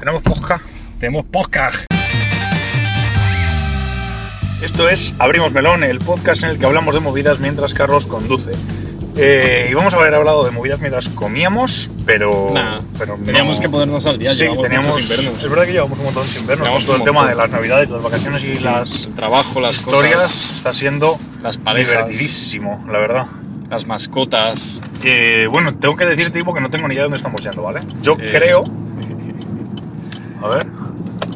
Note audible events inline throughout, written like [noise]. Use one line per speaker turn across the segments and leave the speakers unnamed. ¿Tenemos posca?
Tenemos podcast.
Esto es Abrimos Melón, el podcast en el que hablamos de movidas mientras Carlos conduce. Eh, íbamos a haber hablado de movidas mientras comíamos, pero.
Nah,
pero no-
Teníamos que ponernos al día,
Sí,
llevamos
teníamos.
muchos invernos.
Es verdad que llevamos un montón sin vernos.
Llevamos
con todo
un
el tema de
montón.
las navidades, las vacaciones y
Sí,
las
el trabajo, las
historias
cosas,
está siendo
las parejas,
divertidísimo, la verdad.
las mascotas.
Eh, bueno, tengo que decirte, Ivo, que no tengo ni idea de dónde estamos yendo, ¿vale? Yo
Eh,
creo. A ver.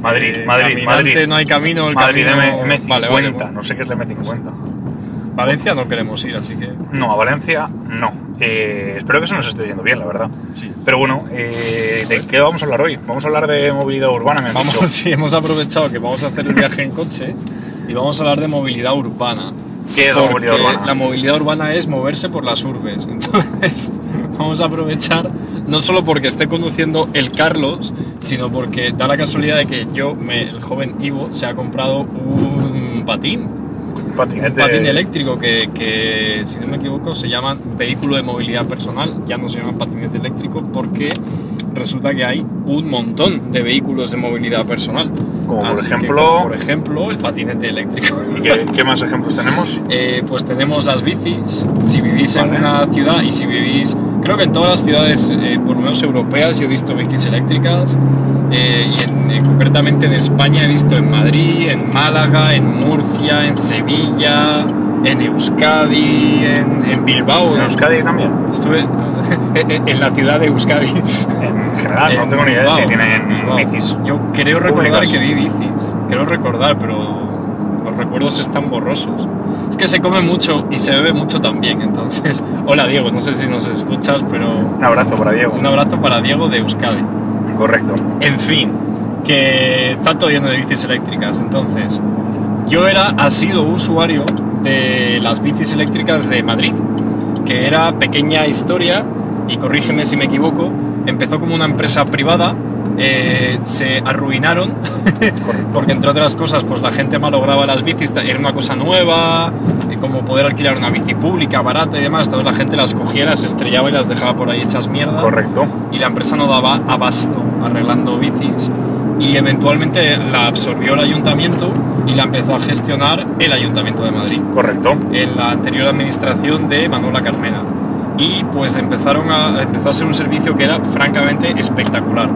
Madrid,
eh,
Madrid,
caminante,
Madrid.
No hay camino, el
Madrid
camino...
M- M50,
Vale, vale, bueno.
no sé qué es la M50.
Valencia no queremos ir, así que
No, a Valencia no. Eh, espero que eso nos esté yendo bien, la verdad.
sí.
Pero bueno, eh, ¿de qué vamos a hablar hoy? Vamos a hablar de movilidad urbana, me han
Vamos,
dicho.
[laughs] sí, hemos aprovechado que vamos a hacer un viaje en coche y vamos a hablar de movilidad urbana.
¿Qué es la
Porque
movilidad urbana?
la movilidad urbana es moverse por las urbes. [laughs] Entonces, vamos a aprovechar, no solo porque esté conduciendo el Carlos, sino porque da la casualidad de que yo, me- el joven Ivo, se ha comprado un patín,
patinete.
un patín eléctrico que, que, si no me equivoco, se llama vehículo de movilidad personal. Ya no se llama patinete eléctrico porque resulta que hay un montón de vehículos de movilidad personal.
Como por
Así que,
ejemplo-
como por ejemplo, el patinete eléctrico.
¿Y qué, qué más ejemplos tenemos?
Eh, pues tenemos las bicis. Si vivís en
Vale.
una ciudad y si vivís, creo que en todas las ciudades, eh, por lo menos europeas, yo he visto bicis eléctricas. eh, y en- eh, concretamente en España he visto en Madrid, en Málaga, en Murcia, en Sevilla, en Euskadi, en, en Bilbao.
¿En Euskadi también?
Estuve [laughs] en la ciudad de Euskadi.
En general, Ah, no
En
tengo ni idea de si
Bilbao,
tienen
Bilbao.
bicis.
Eh, Yo creo recordar
públicas.
que vi bicis. Creo recordar, pero los recuerdos están borrosos. Es que se come mucho y se bebe mucho también. Entonces, [laughs] hola Diego, no sé si nos escuchas, pero
Un abrazo para Diego.
un abrazo para Diego de Euskadi.
Correcto.
En fin, que está todo lleno de bicis eléctricas. Entonces, yo era, ha sido usuario de las bicis eléctricas de Madrid, que era pequeña historia, y corrígeme si me equivoco, empezó como una empresa privada, eh, se arruinaron, [laughs] porque entre otras cosas, pues la gente malograba las bicis, era una cosa nueva, eh, como poder alquilar una bici pública, barata y demás, entonces la gente las cogía, las estrellaba y las dejaba por ahí hechas mierda
Correcto.
y la empresa no daba abasto arreglando bicis y eventualmente la absorbió el ayuntamiento y la empezó a gestionar el ayuntamiento de Madrid
Correcto.
en la anterior administración de Manuela Carmena. Y pues empezaron a, empezó a ser un servicio que era francamente espectacular.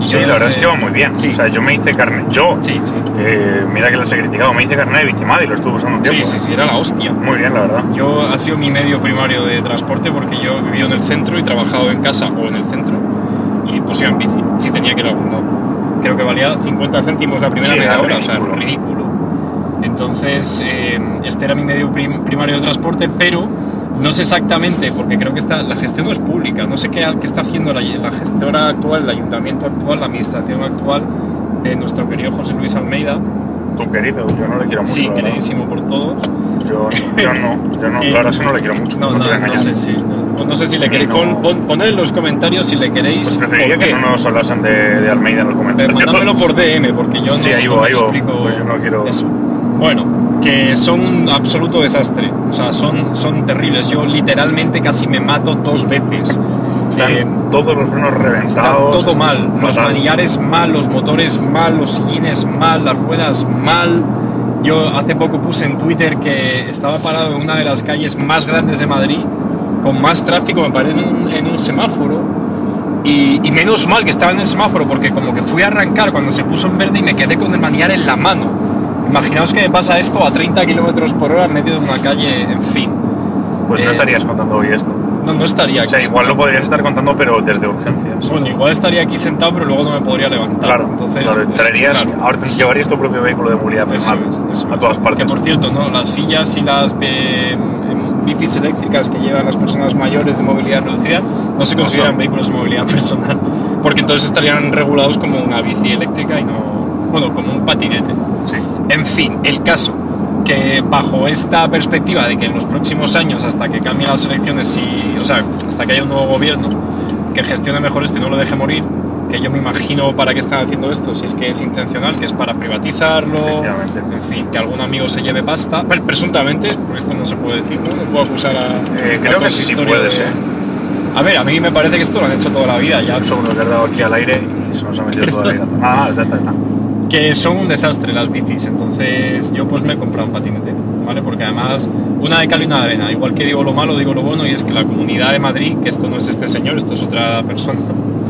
Y
Sí, la verdad es
desde-
que va muy bien.
Sí.
O sea, yo me hice carne. Yo,
Sí, sí.
que mira que las he criticado, me hice carne de bicimad y lo estuve usando un
Sí,
tiempo.
sí, sí, era la hostia.
Muy bien, la verdad.
Yo ha sido mi medio primario de transporte porque yo he vivido en el centro y trabajado en casa o en el centro y pues iba en bici, si tenía que ir a algún lado. Creo que valía 50 céntimos la primera
Sí,
media
era
hora, o sea,
ridículo.
ridículo. Entonces, eh, este era mi medio prim- primario de transporte, pero no sé exactamente, porque creo que está, la gestión no es pública, no sé qué, qué está haciendo la, la gestora actual, el ayuntamiento actual, la administración actual de nuestro querido José Luis Almeida.
Tú querido, yo no le quiero mucho.
Sí,
la verdad.
queridísimo por todos.
Yo, yo no, yo no, la verdad es que no le quiero mucho.
No,
No, te voy a
no, no
engañar.
sé si, no, no sé si le
No.
queréis. pon- pon- poned en los comentarios si le queréis.
Pues preferiría
por qué.
que no nos hablasen de, de Almeida en los
Pero
comentarios. [laughs]
mandádmelo por DM, porque yo
Sí,
no,
ahí
no
voy,
me
ahí voy.
explico
Pues yo no quiero-
eso. Bueno, que son un absoluto desastre. O sea, son, son terribles. Yo literalmente casi me mato dos veces.
Están
Eh,
todos los frenos
Está
reventados.
todo mal. Los
fatal.
manillares mal, los motores mal, los sillines mal, las ruedas mal. Yo hace poco puse en Twitter que estaba parado en una de las calles más grandes de Madrid, con más tráfico, me paré en un, en un semáforo. Y, y menos mal que estaba en el semáforo, porque como que fui a arrancar cuando se puso en verde y me quedé con el manillar en la mano. Imaginaos que me pasa esto a 30 kilómetros por hora en medio de una calle, en fin.
Pues no
Eh,
estarías contando hoy esto.
No, no estaría
O
aquí.
sea, igual lo podrías estar contando, pero desde urgencias.
Bueno, igual estaría aquí sentado, pero luego no me podría levantar.
Claro,
Pues, entonces.
claro,
pues,
traerías,
claro,
ahora te- llevarías tu propio vehículo de movilidad
eso
personal
es, eso
a
es.
todas partes.
Que por cierto, ¿no? las sillas y las eh, em, bicis eléctricas que llevan las personas mayores de movilidad reducida no se
No
consideran
son.
vehículos de movilidad [laughs] personal, porque entonces estarían regulados como una bici eléctrica y no. Bueno, como un patinete.
Sí.
En fin, el caso que bajo esta perspectiva de que en los próximos años, hasta que cambien las elecciones y, o sea, hasta que haya un nuevo gobierno que gestione mejor esto y no lo deje morir, que yo me imagino para qué están haciendo esto, si es que es intencional, que es para privatizarlo,
Efectivamente.
en fin, que algún amigo se lleve pasta, per- presuntamente, porque esto no se puede decir, ¿no? No puedo acusar a...
Eh,
al
creo que sí
consistorio
puedes,
de-
eh.
A ver, a mí me parece que esto lo han hecho toda la vida, ya
Un segundo que has dado aquí al aire y y se nos ha
[laughs]
metido toda la vida. Ah, está, está, está.
que son un desastre las bicis. Entonces yo pues me he comprado un patinete, ¿vale? Porque además una de cal y una de arena. Igual que digo lo malo, digo lo bueno y es que la comunidad de Madrid, que esto no es este señor, esto es otra persona,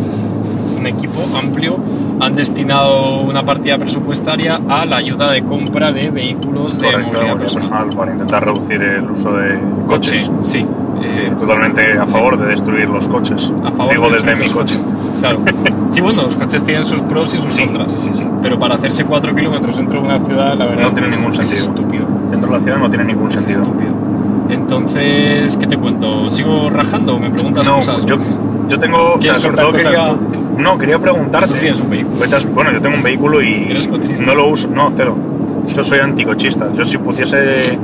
[laughs] un equipo amplio, han destinado una partida presupuestaria a la ayuda de compra de vehículos de
Correcto,
movilidad
porque
personal.
personal para intentar reducir el uso de coches.
Coche, sí. Eh,
Eh, Totalmente a favor de destruir los coches.
a favor
Digo
de
desde mi
estos
coche.
coches. [laughs] Claro. Sí, bueno, los coches tienen sus pros y sus
Sí,
contras.
sí, sí, sí.
Pero para hacerse 4 kilómetros dentro de una ciudad, la verdad
No
es que
tiene
es-
ningún
es
sentido.
estúpido.
Dentro de la ciudad no tiene ningún
Es
sentido.
estúpido. Entonces, ¿qué te cuento? ¿Sigo rajando o me preguntas
No,
cosas?
yo, yo tengo. O sea,
¿Quieres
sobre
contar
todo
cosas
quería. No, quería preguntarte.
Tú tienes un vehículo.
Ahorita es- Bueno, yo tengo un vehículo y
¿Eres cochista?
no lo uso, no, cero. Yo soy anticochista. Yo si pudiese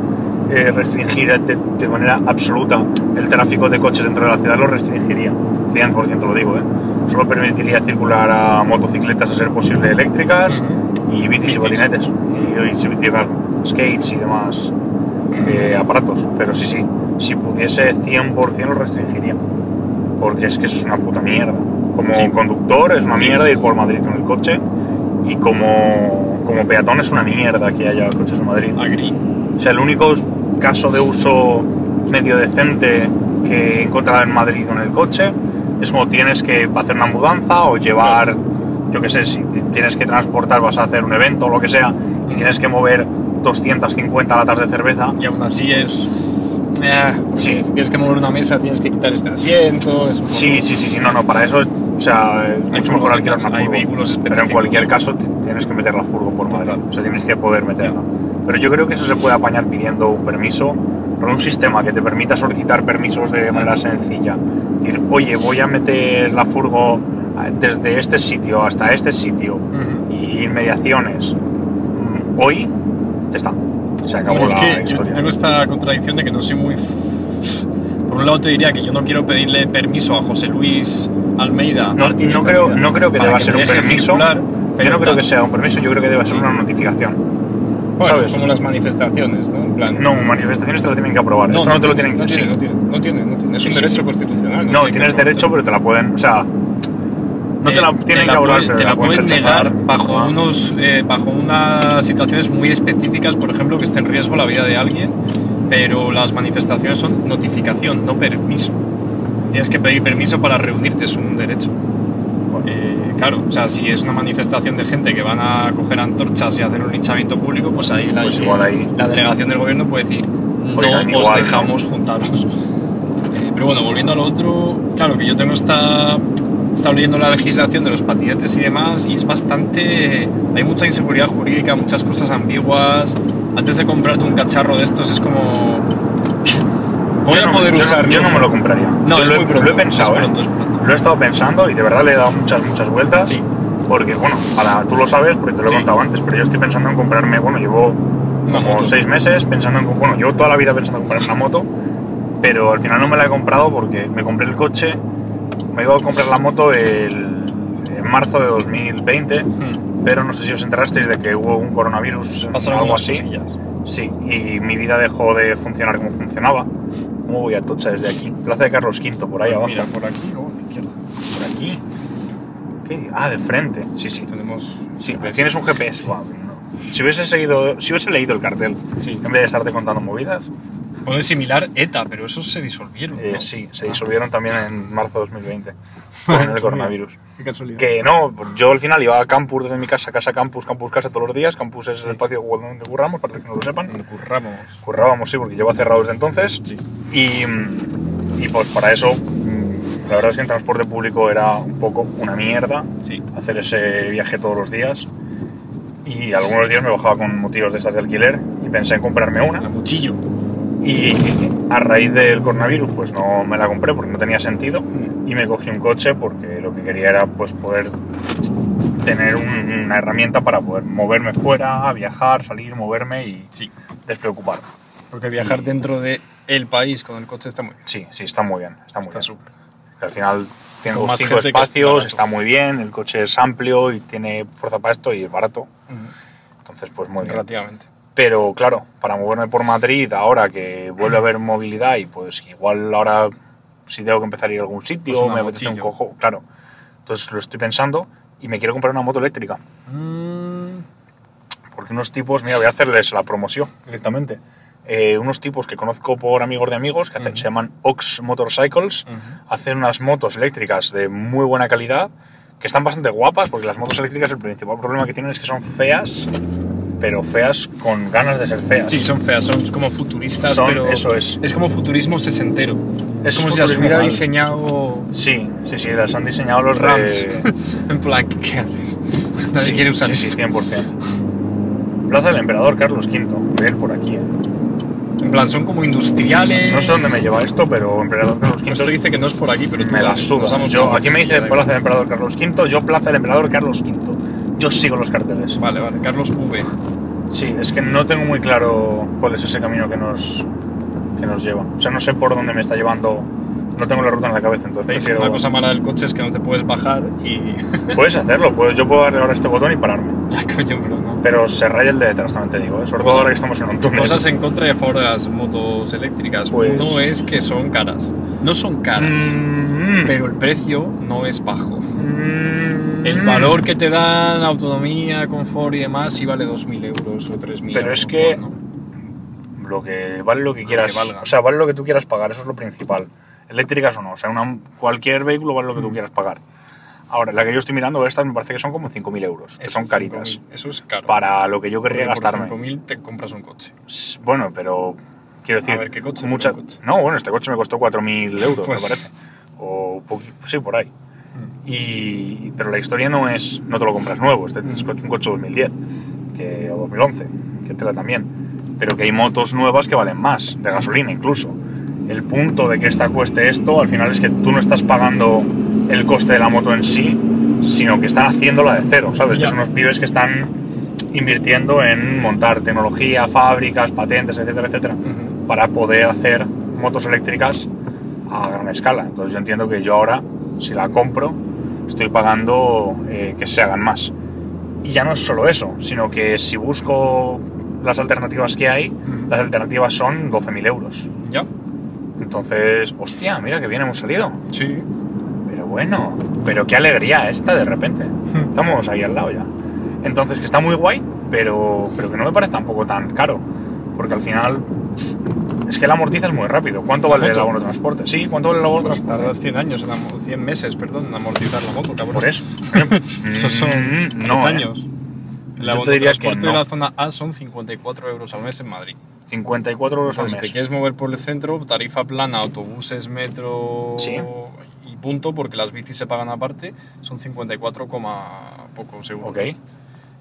eh, restringir de, de manera absoluta el tráfico de coches dentro de la ciudad, lo restringiría. 100% lo digo, ¿eh? Solo permitiría circular a motocicletas a ser posible eléctricas y bicis
Bicis.
y patinetes. Y, y si llevas skates y demás eh, aparatos. Pero sí, sí, si pudiese 100% lo restringiría. Porque es que es una puta mierda. Como
Sí.
conductor es una
Sí,
mierda
sí,
ir por Madrid con el coche y como, como peatón es una mierda que haya coches en Madrid.
Agri.
O sea, el único caso de uso medio decente que he encontrado en Madrid con el coche es como tienes que hacer una mudanza o llevar, yo qué sé, si ti- tienes que transportar, vas a hacer un evento o lo que sea, y tienes que mover 250 latas de cerveza.
Y aún así es. eh,
Sí.
si Tienes que mover una mesa, tienes que quitar este asiento. Es un
Sí,
poco-
sí, sí, sí, no, no, para eso, o sea, es mucho mejor alquilar una
furgonetas, hay
furgo.
vehículos
Pero en
específicos.
cualquier caso t- tienes que meter la furgo por Madrid,
Total.
o sea, tienes que poder meterla. Pero yo creo que eso se puede apañar pidiendo un permiso, pero un sistema que te permita solicitar permisos de manera sencilla. Decir, oye, voy a meter la furgo eh, desde este sitio hasta este sitio
Ujú.
y inmediaciones mm, hoy, ya está. Se acabó
Bueno, es
la
que yo
historia.
tengo esta contradicción de que no soy muy. f- Por un lado, te diría que yo no quiero pedirle permiso a José Luis Almeida.
No,
Martínez
no creo,
Almeida,
no creo que
para
deba
me
ser un
deje
permiso.
circular,
Yo
pero
no creo que
tan-
sea un permiso, yo creo que debe ser una notificación.
Bueno,
¿sabes?
como las manifestaciones, ¿no? En plan,
No, manifestaciones te lo tienen que aprobar. Esto no, te lo tienen que
no
sí.
tiene, no tiene, no tiene, no tiene. Es
Sí,
un
sí,
derecho
sí.
constitucional.
No,
tiene que
tienes
aprobar.
derecho, pero te la pueden. O sea, no te, la tienen que aprobar,
pueden-
pero
Eh, te la pueden
rechazar.
negar bajo,
Ah.
unos, eh, bajo unas situaciones muy específicas, por ejemplo, que esté en riesgo la vida de alguien, pero las manifestaciones son notificación, no permiso. Tienes que pedir permiso para reunirte, es un derecho. Eh, claro, o sea, si es una manifestación de gente que van a coger antorchas y hacer un linchamiento público, pues ahí la,
Pues igual ahí.
la delegación del gobierno puede decir, no
Oigan,
os
igual, ¿no?".
dejamos juntaros. Eh, pero bueno, volviendo a lo otro, claro que yo tengo esta. Está leyendo la legislación de los patinetes y demás, y es bastante. Hay mucha inseguridad jurídica, muchas cosas ambiguas. Antes de comprarte un cacharro de estos,
[laughs]
es como. Voy
Yo
a
no-
poder
yo no-
usarlo.
Yo no me lo compraría.
No,
Yo
es
lo, he-
muy pronto,
lo he pensado,
es
¿eh?
pronto, es pronto.
Lo he estado pensando y de verdad le he dado muchas, muchas vueltas.
Sí.
Porque, bueno, para, tú lo sabes porque te lo he
Sí.
contado antes, pero yo estoy pensando en comprarme. Bueno, llevo
Una
como
moto.
seis meses pensando en. Bueno, llevo toda la vida pensando en comprarme una moto, pero al final no me la he comprado porque me compré el coche. Me iba a comprar la moto el, en marzo de 2020.
Mm,
pero no sé si os enterasteis de que hubo un coronavirus,
Pasaron
algo
algunas
así.
cosillas.
Sí, y mi vida dejó de funcionar como funcionaba. ¿Cómo voy a Tocha desde aquí? Plaza de Carlos V, por ahí abajo.
Pues Mira, por aquí, luego a la izquierda.
Por aquí. ¿Qué? Ah, de frente. Sí, sí.
Tenemos.
Sí, tienes un GPS. Guau, no. Si hubiese seguido, si hubiese leído el cartel,
Sí.
en vez de estarte contando movidas,
Bueno, es similar ETA, pero esos se disolvieron.
eh,
¿no?
sí, se
Ah,
disolvieron también en marzo de 2020 con el coronavirus.
Qué casualidad.
Que no, yo al final iba a campus desde mi casa, casa, campus, campus, casa todos los días. Campus es el espacio donde curramos, para los que no lo sepan.
Donde curramos.
currábamos, sí, porque llevo cerrado desde entonces.
Sí.
Y, mm, y, pues para eso, mm, la verdad es que en transporte público era un poco una mierda
Sí.
hacer ese viaje todos los días. Y algunos días me bajaba con motivos de estas de alquiler y pensé en comprarme
A
una.
cuchillo.
Y a raíz del coronavirus, pues no me la compré porque no tenía sentido. Y me cogí un coche porque lo que quería era pues poder tener un- una herramienta para poder moverme fuera, viajar, salir, moverme y
Sí.
despreocuparme.
Porque viajar dentro de el país con el coche está muy bien.
Sí, sí, está muy bien. Está muy
Está
bien.
súper.
Al final tiene
Con
los
más
cinco
gente que es
espacios,
barato.
está muy bien, el coche es amplio y tiene fuerza para esto y es barato. Entonces, pues muy bien.
Relativamente.
Pero claro, para moverme por Madrid, ahora que vuelve a haber movilidad y pues igual ahora si tengo que empezar a ir a algún sitio,
Pues una
me apetece un
mochillo.
cojo, claro. Entonces lo estoy pensando y me quiero comprar una moto eléctrica.
Mm,
Porque unos tipos, mira, voy a hacerles la promoción directamente. Eh, unos tipos que conozco por amigos de amigos, que hacen-
Ujú.
se llaman Ox Motorcycles,
ujú.
hacen unas motos eléctricas de muy buena calidad, que están bastante guapas, porque las motos eléctricas el principal problema que tienen es que son feas, pero feas con ganas de ser feas.
Sí, son feas, son como futuristas,
Son-
pero.
eso es.
Es como futurismo sesentero. Es,
Es
como si las
futurismo
hubiera
mal.
diseñado
Sí, sí, sí, las han diseñado los
Rams. [laughs]
de...
en plan, ¿qué haces? Nadie
Sí,
quiere usar
sí,
esto.
Sí, 100%. Plaza del Emperador Carlos V, ver por aquí. eh.
En plan, son como industriales.
No sé dónde me lleva esto, pero Emperador Carlos V
Esto dice que no es por aquí, pero tú
me la
dale, nos
suda.
damos
Yo,
una
aquí me dice
vueltecilla de
Plaza del Emperador Carlos V, yo Plaza del Emperador Carlos V. Yo sigo los carteles.
Vale, vale, Carlos V.
Sí, es que no tengo muy claro cuál es ese camino que nos, que nos lleva. O sea, no sé por dónde me está llevando. No tengo la ruta en la cabeza, entonces
¿Veis?
prefiero-
Una cosa mala del coche es que no te puedes bajar y. [laughs]
Puedes hacerlo, puedes- yo puedo darle ahora a este botón y pararme.
ya, coño, pero no.
Pero se raya el de detrás, también te digo. ¿eh? Sobre todo ahora que estamos en un túnel.
Cosas en contra y a favor de las motos eléctricas.
Pues-
Uno es que son caras. No son caras,
Mm, mm,
pero el precio no es bajo.
mm,
El valor que te dan, autonomía, confort y demás, sí vale 2.000 euros o 3.000.
Pero
a lo
es que-
mejor, ¿no?
Lo que vale lo que quieras.
que valga.
O sea, vale lo que tú quieras pagar, eso es lo principal. Eléctricas o no. O sea, una- cualquier vehículo vale lo
Mm.
que tú quieras pagar. Ahora, la que yo estoy mirando, estas me parece que son como 5.000 euros. Que
Eso
son
es
caritas.
5.000, Eso es caro.
Para lo que yo querría
Porque por
gastarme.
5.000 te compras un coche.
S- Bueno, pero quiero decir,
A ver, ¿qué coche?
mucha-
¿Qué coche?
No, bueno, este coche me costó 4.000 euros,
Pues-
me parece. O poqui- sí, por ahí. Y, pero la historia no es, no te lo compras nuevo, este es
Ujú.
un coche 2010 que, o 2011, que tela también. Pero que hay motos nuevas que valen más, de gasolina incluso. El punto de que esta cueste esto, al final es que tú no estás pagando el coste de la moto en sí, sino que están haciéndola de cero, ¿sabes?
Ya.
Que son unos pibes que están invirtiendo en montar tecnología, fábricas, patentes, etcétera, etcétera,
Ujú.
para poder hacer motos eléctricas a gran escala. Entonces yo entiendo que yo ahora, si la compro, estoy pagando eh, que se hagan más. Y ya no es solo eso, sino que si busco las alternativas que hay,
Ujú.
las alternativas son 12.000 euros.
¿Ya?
Entonces, hostia, mira que bien hemos salido.
Sí.
Pero bueno, pero qué alegría esta de
[laughs]
repente. Estamos ahí al lado ya. Entonces, que está muy guay, pero, pero que no me parece tampoco tan caro. Porque al final, es que la amortiza es muy rápido. ¿Cuánto vale el
moto?
abono de transporte? Sí, ¿cuánto vale el abono de
Pues
transporte?
tardas 100 años, en amo- 100 meses, perdón, en amortizar la moto, cabrón.
Por eso.
[laughs] Esos son
Mm,
10
no, eh.
años.
Yo
La
te
moto
diría que
transporte
no.
de la zona A son 54 euros al mes en Madrid.
54 euros al
Entonces, Pues, si te
mes.
quieres mover por el centro, tarifa plana, autobuses, metro
Sí.
y punto, porque las bicis se pagan aparte, son 54, coma pocos euros.
Ok.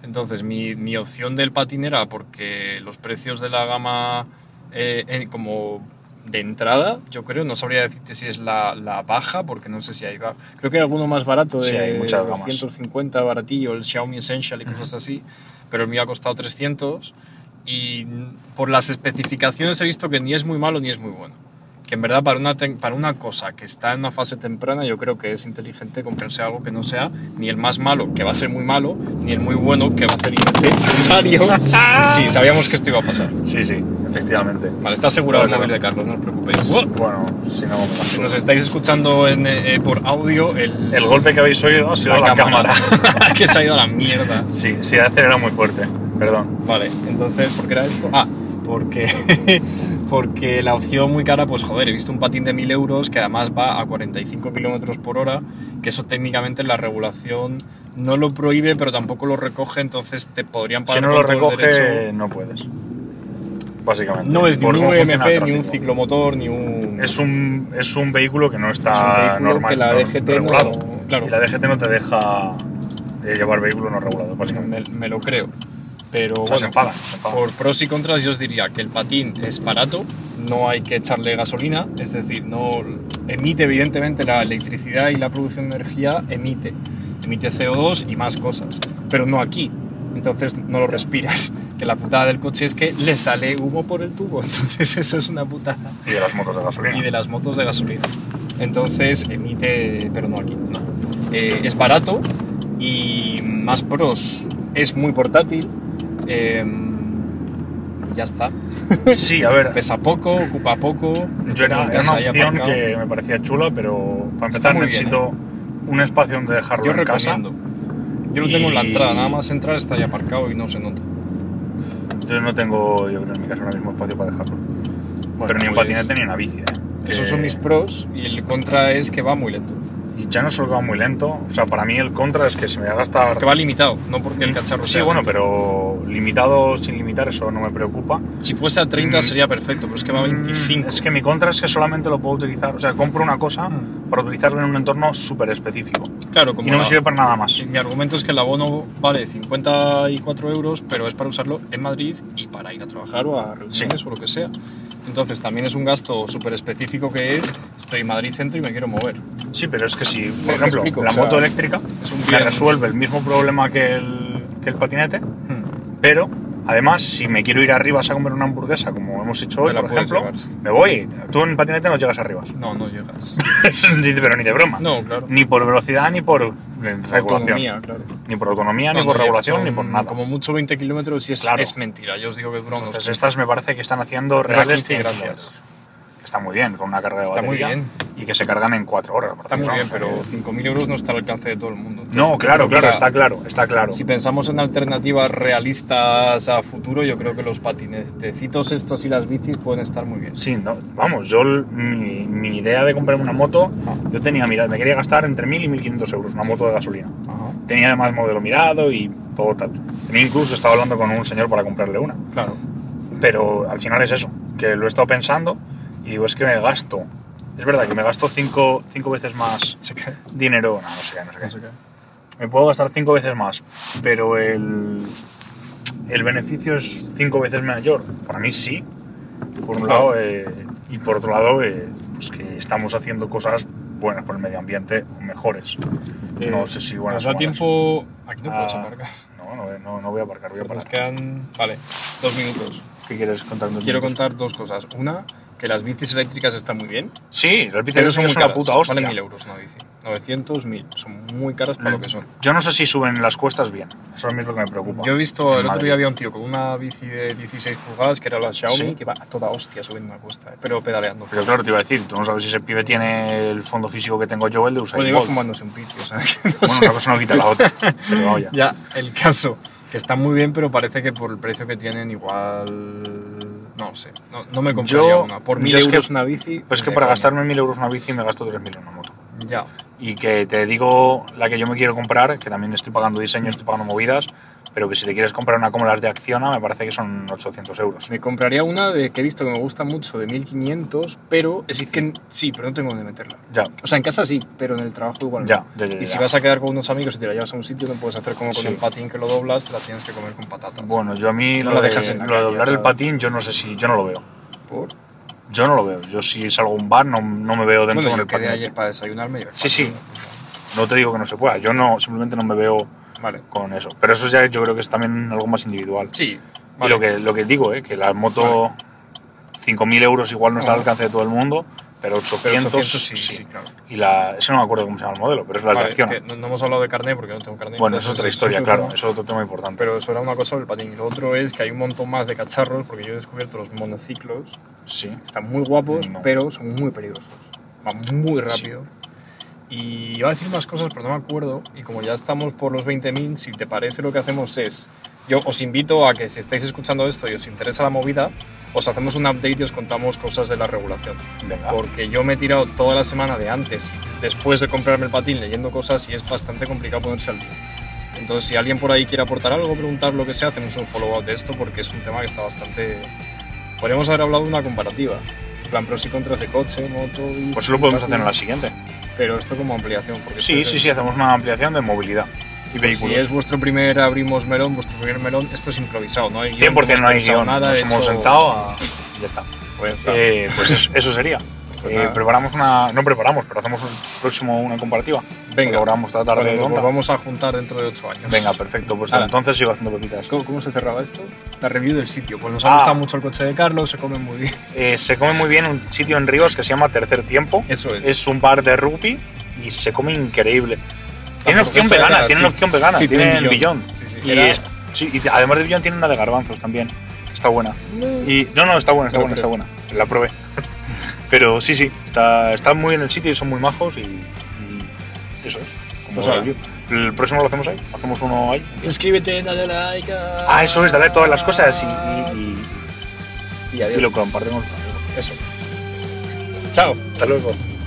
Entonces, mi, mi opción del patín era porque los precios de la gama eh, eh, como de entrada, yo creo, no sabría decirte si es la, la baja, porque no sé si hay ba- Creo que hay alguno más barato de
Sí, hay muchas gamas.
250 baratillo, el Xiaomi Essential y cosas así, pero el mío ha costado 300 y mm, por las especificaciones he visto que ni es muy malo ni es muy bueno. Que en verdad para una, tec- para una cosa que está en una fase temprana yo creo que es inteligente comprarse algo que no sea ni el más malo, que va a ser muy malo, ni el muy bueno, que va a ser innecesario.
[laughs]
sí, sabíamos que esto iba a pasar.
Sí, sí, efectivamente.
Vale, está asegurado el
Vale,
móvil
vale.
de Carlos, no os preocupéis.
Bueno, si no, me
Si
imagino.
nos estáis escuchando en, eh, eh, por audio, el,
El golpe que habéis oído ha sido la, cámara. [laughs]
[laughs] que se ha ido a la mierda.
sí, sí, ha acelerado muy fuerte. Perdón.
Vale, entonces, ¿por qué era esto? Ah, porque, [laughs] porque la opción muy cara, pues joder, he visto un patín de 1000 euros que además va a 45 kilómetros por hora, que eso técnicamente la regulación no lo prohíbe, pero tampoco lo recoge, entonces te podrían
Si
parar
no lo
con todo el
recoge,
derecho.
no puedes. Básicamente.
No es ni
Por
un
cómo funciona el
UMP, ni un
tráfico.
ciclomotor, ni un...
es un, es un vehículo que no
Es un
está
vehículo
normal,
que la
no-
DGT no-
regulado.
claro.
Y la DGT no te deja eh, llevar vehículo no regulado, básicamente.
me, me lo creo. Pero
O sea, se
bueno,
enfadan, se enfadan.
por pros y contras yo os diría que el patín es barato, no hay que echarle gasolina, es decir, no emite evidentemente la electricidad y la producción de energía emite, emite CO2 y más cosas, pero no aquí. Entonces no lo respiras. Que la putada del coche es que le sale humo por el tubo. [laughs] Entonces eso es una putada.
Y de las motos de gasolina.
Y de las motos de gasolina. Entonces emite, pero no aquí, no. Eh, es barato y más pros. Es muy portátil. eh, ya está.
Sí, a ver.
Pesa poco, ocupa poco. lo
Yo
tengo
era,
en
era
casa
una
ahí
opción
aparcado.
que me parecía chula, pero para
Está
empezar
muy bien, ¿eh?
necesito un espacio donde dejarlo
yo
en casa.
recomiendo. Yo no tengo en la
Y-
entrada, nada más entrar está ya aparcado y no se nota.
Yo no tengo, yo creo, en mi casa ahora mismo espacio para dejarlo. Pero ni un
pues,
patinete ni una bici. ¿eh?
Esos
Que-
son mis pros y el contra es que va muy lento.
Y ya no solo que va muy lento. O sea, para mí el contra es que se me va a gastar.
Que va limitado, no porque el cacharro
Mm, Sí,
sea
bueno,
lento.
pero limitado sin limitar, eso no me preocupa.
Si fuese a 30
Mm.
sería perfecto, pero es que va a 25.
Mm, Es que mi contra es que solamente lo puedo utilizar. O sea, compro una cosa
Mm.
para utilizarlo en un entorno súper específico.
Claro, como
Y no me
la-
sirve para nada más.
Sí, Mi argumento es que el abono vale 54 euros, pero es para usarlo en Madrid y para ir a trabajar o a reuniones o lo que sea. Entonces también es un gasto súper específico que es, estoy en Madrid centro y me quiero mover.
Sí, pero es que si,
Me
por ejemplo,
explico,
la
o sea,
moto eléctrica
es un
me
bien.
resuelve el mismo problema que el, que el patinete,
Hmm,
pero además, si me quiero ir arriba a comer una hamburguesa, como hemos hecho hoy,
Te la
por
puedes
ejemplo,
llevar, sí.
me voy. Tú en patinete no llegas arriba. [laughs]
No, no llegas.
Ni- pero ni de broma.
No, claro.
Ni por velocidad, ni por eh, regulación.
Autonomía, claro.
Ni por autonomía,
No,
ni por
no
regulación,
llegas,
ni por
son
nada.
Como mucho 20 kilómetros y es,
Claro.
es mentira. Yo os digo que dura unos
Entonces
15.
estas me parece que están haciendo
Dura
reales
15
100
gracias.
kilómetros. Está muy bien, con una carga de
Está muy
batería.
bien.
Y que se cargan en 4 horas. por
Está muy bien,
ejemplo.
pero 5.000 euros no está al alcance de todo el mundo.
No, claro,
Mira,
claro, está claro, está claro.
Si pensamos en alternativas realistas a futuro, yo creo que los patinetecitos estos y las bicis pueden estar muy bien.
Sí, no, vamos, yo l- mi, mi idea de comprarme una moto,
Ah.
yo tenía, mira, me quería gastar entre 1.000 y 1.500 euros una moto de gasolina.
Ajá,
Tenía además modelo mirado y todo tal. Tenía incluso, estaba hablando con un señor para comprarle una.
claro.
Pero al final es eso, que lo he estado pensando y digo, es que me gasto, es verdad que me gasto 5 veces más
Se cae.
dinero, no, no sé qué, no sé qué. Me puedo gastar 5 veces más, pero el, el beneficio es 5 veces mayor. Para mí sí, por un
Claro.
lado, eh, y por otro lado, eh, pues que estamos haciendo cosas buenas por el medio ambiente o mejores.
Eh,
no sé si buenas o
Nos da
malas.
tiempo. Aquí no puedes
Ah,
aparcar.
No, no, no, no voy a aparcar, voy a
Nos
parar.
quedan. Vale, dos minutos.
¿Qué quieres contarnos?
Quiero contar dos cosas. Una, que las bicis eléctricas están muy bien,
Sí, las
pero
bicicletas
son
son
muy
una
caras.
puta hostia.
Valen 1.000 euros una bici. 900, 1.000. Son muy caras para lo que son.
Yo no sé si suben las cuestas bien. Eso a mí es lo que me preocupa.
Yo he visto,
en
el otro
Madrid.
día había un tío con una bici de 16 pulgadas, que era la Xiaomi,
Sí.
que va a toda hostia subiendo una cuesta, eh, pero pedaleando.
Pero claro, te iba a decir, tú no sabes si ese pibe tiene el fondo físico que tengo yo, el de Usain
O digo
Bolt.
fumándose un piti,
[laughs]
o sea, [laughs] que no
Bueno,
sé.
una cosa no quita la
[laughs]
otra. Pero vaya.
Ya, el caso, que está muy bien, pero parece que por el precio que tienen igual... No sé, no, no me compraría
Yo-
una. Por
yo
mil
es que-
euros una bici...
Pues es que
de
para
coña.
gastarme 1.000 euros en una bici me gasto 3.000 en una moto.
Ya,
Y que te digo la que yo me quiero comprar, que también estoy pagando diseño, estoy pagando movidas, pero que si te quieres comprar una como las de Acciona me parece que son 800 euros.
me compraría una de que he visto que me gusta mucho, de 1500, pero es que... Sí, pero no tengo dónde meterla.
Ya.
O sea, en casa sí, pero en el trabajo igual
Ya,
no.
ya, ya,
y si
ya.
vas a quedar con unos amigos y te la llevas a un sitio, no puedes hacer como con
Sí.
el patín que lo doblas, te la tienes que comer con patatas.
Bueno, yo a mí
No
lo,
la
de,
dejas en la
lo de
calle,
doblar el
claro.
patín yo no sé si... Yo no lo veo.
Por-
Yo no lo veo. Yo si salgo a un bar no, no me veo dentro
Bueno,
con
yo
el
quedé ayer
patín.
para desayunarme. y el
Sí,
patín.
No te digo que no se pueda. Yo no simplemente no me veo
Vale.
con eso. Pero eso ya yo creo que es también algo más individual.
Sí.
Y lo que, lo que digo, ¿eh? que la moto 5.000 euros igual no está al
Vale.
alcance de todo el mundo, pero 800,
Pero 800
sí.
sí, sí, claro.
Y la, eso no me acuerdo cómo se llama el modelo, pero es la
Vale,
de Acciona.
es que no, no hemos hablado de carnet porque no tengo carnet.
bueno, eso
entonces
es otra historia,
otro
claro,
tema.
eso es otro tema importante.
Pero eso era una cosa del patín. Y lo otro es que hay un montón más de cacharros porque yo he descubierto los monociclos.
sí.
Están muy guapos,
No.
pero son muy peligrosos. Van muy rápido. Y iba a decir más cosas, pero no me acuerdo. Y como ya estamos por los 20.000, si te parece, lo que hacemos es. Yo os invito a que si estáis escuchando esto y os interesa la movida, os hacemos un update y os contamos cosas de la regulación.
Venga.
Porque yo me he tirado toda la semana de antes, después de comprarme el patín, leyendo cosas y es bastante complicado ponerse al día. Entonces, si alguien por ahí quiere aportar algo, preguntar lo que sea, hacemos un follow-up de esto porque es un tema que está bastante. Podríamos haber hablado de una comparativa. En plan pros y contras de coche, moto. y-
Pues eso lo podemos
patín.
hacer en la siguiente.
Pero esto como ampliación. Porque
Sí,
esto
sí,
es-
sí, hacemos una ampliación de movilidad y
Pues Si
vehículos.
es vuestro primer abrimos melón, vuestro primer melón, esto es improvisado, ¿no? hay guión,
100% no
hemos
hay
pensado
guión.
nada,
Nos
de
hemos
hecho,
sentado
[laughs]
a... Ya está.
Pues, está.
Eh, pues eso, eso
[laughs]
sería.
Pues
Eh,
nada.
preparamos una... No preparamos, pero hacemos un próximo una comparativa.
venga,
Logramos tratar de...
cuando nos
ronda.
vamos a juntar dentro de ocho años.
Venga, perfecto. Pues
Hala.
entonces sigo haciendo pepitas.
¿Cómo, cómo se cerraba esto? La review del sitio. Pues nos ha
Ah.
gustado mucho el coche de Carlos, se come muy
[laughs]
bien.
Eh, se come muy bien en un sitio en Rivas que se llama Tercer Tiempo.
Eso es.
Es un bar de rugby y se come increíble. Tiene
La
opción
hamburguesa
vegana,
era
tiene
así.
una opción vegana,
Sí,
tiene
tienen
el billón.
billón. Sí, sí,
y,
era-
es- sí, y además de billón tiene una de garbanzos también, que está buena. Y, no, no, está buena, está
No
buena, está
creo.
buena. La probé. [laughs] Pero sí, sí, está, está muy en el sitio y son muy majos y, y eso es. Como
Pues hala.
review. El próximo lo hacemos ahí, hacemos uno ahí.
Suscríbete, dale like. a-
Ah, eso es, dale a todas las cosas y, y-
Y
y-
adiós.
y lo compartimos.
Eso. Chao.
Hasta luego.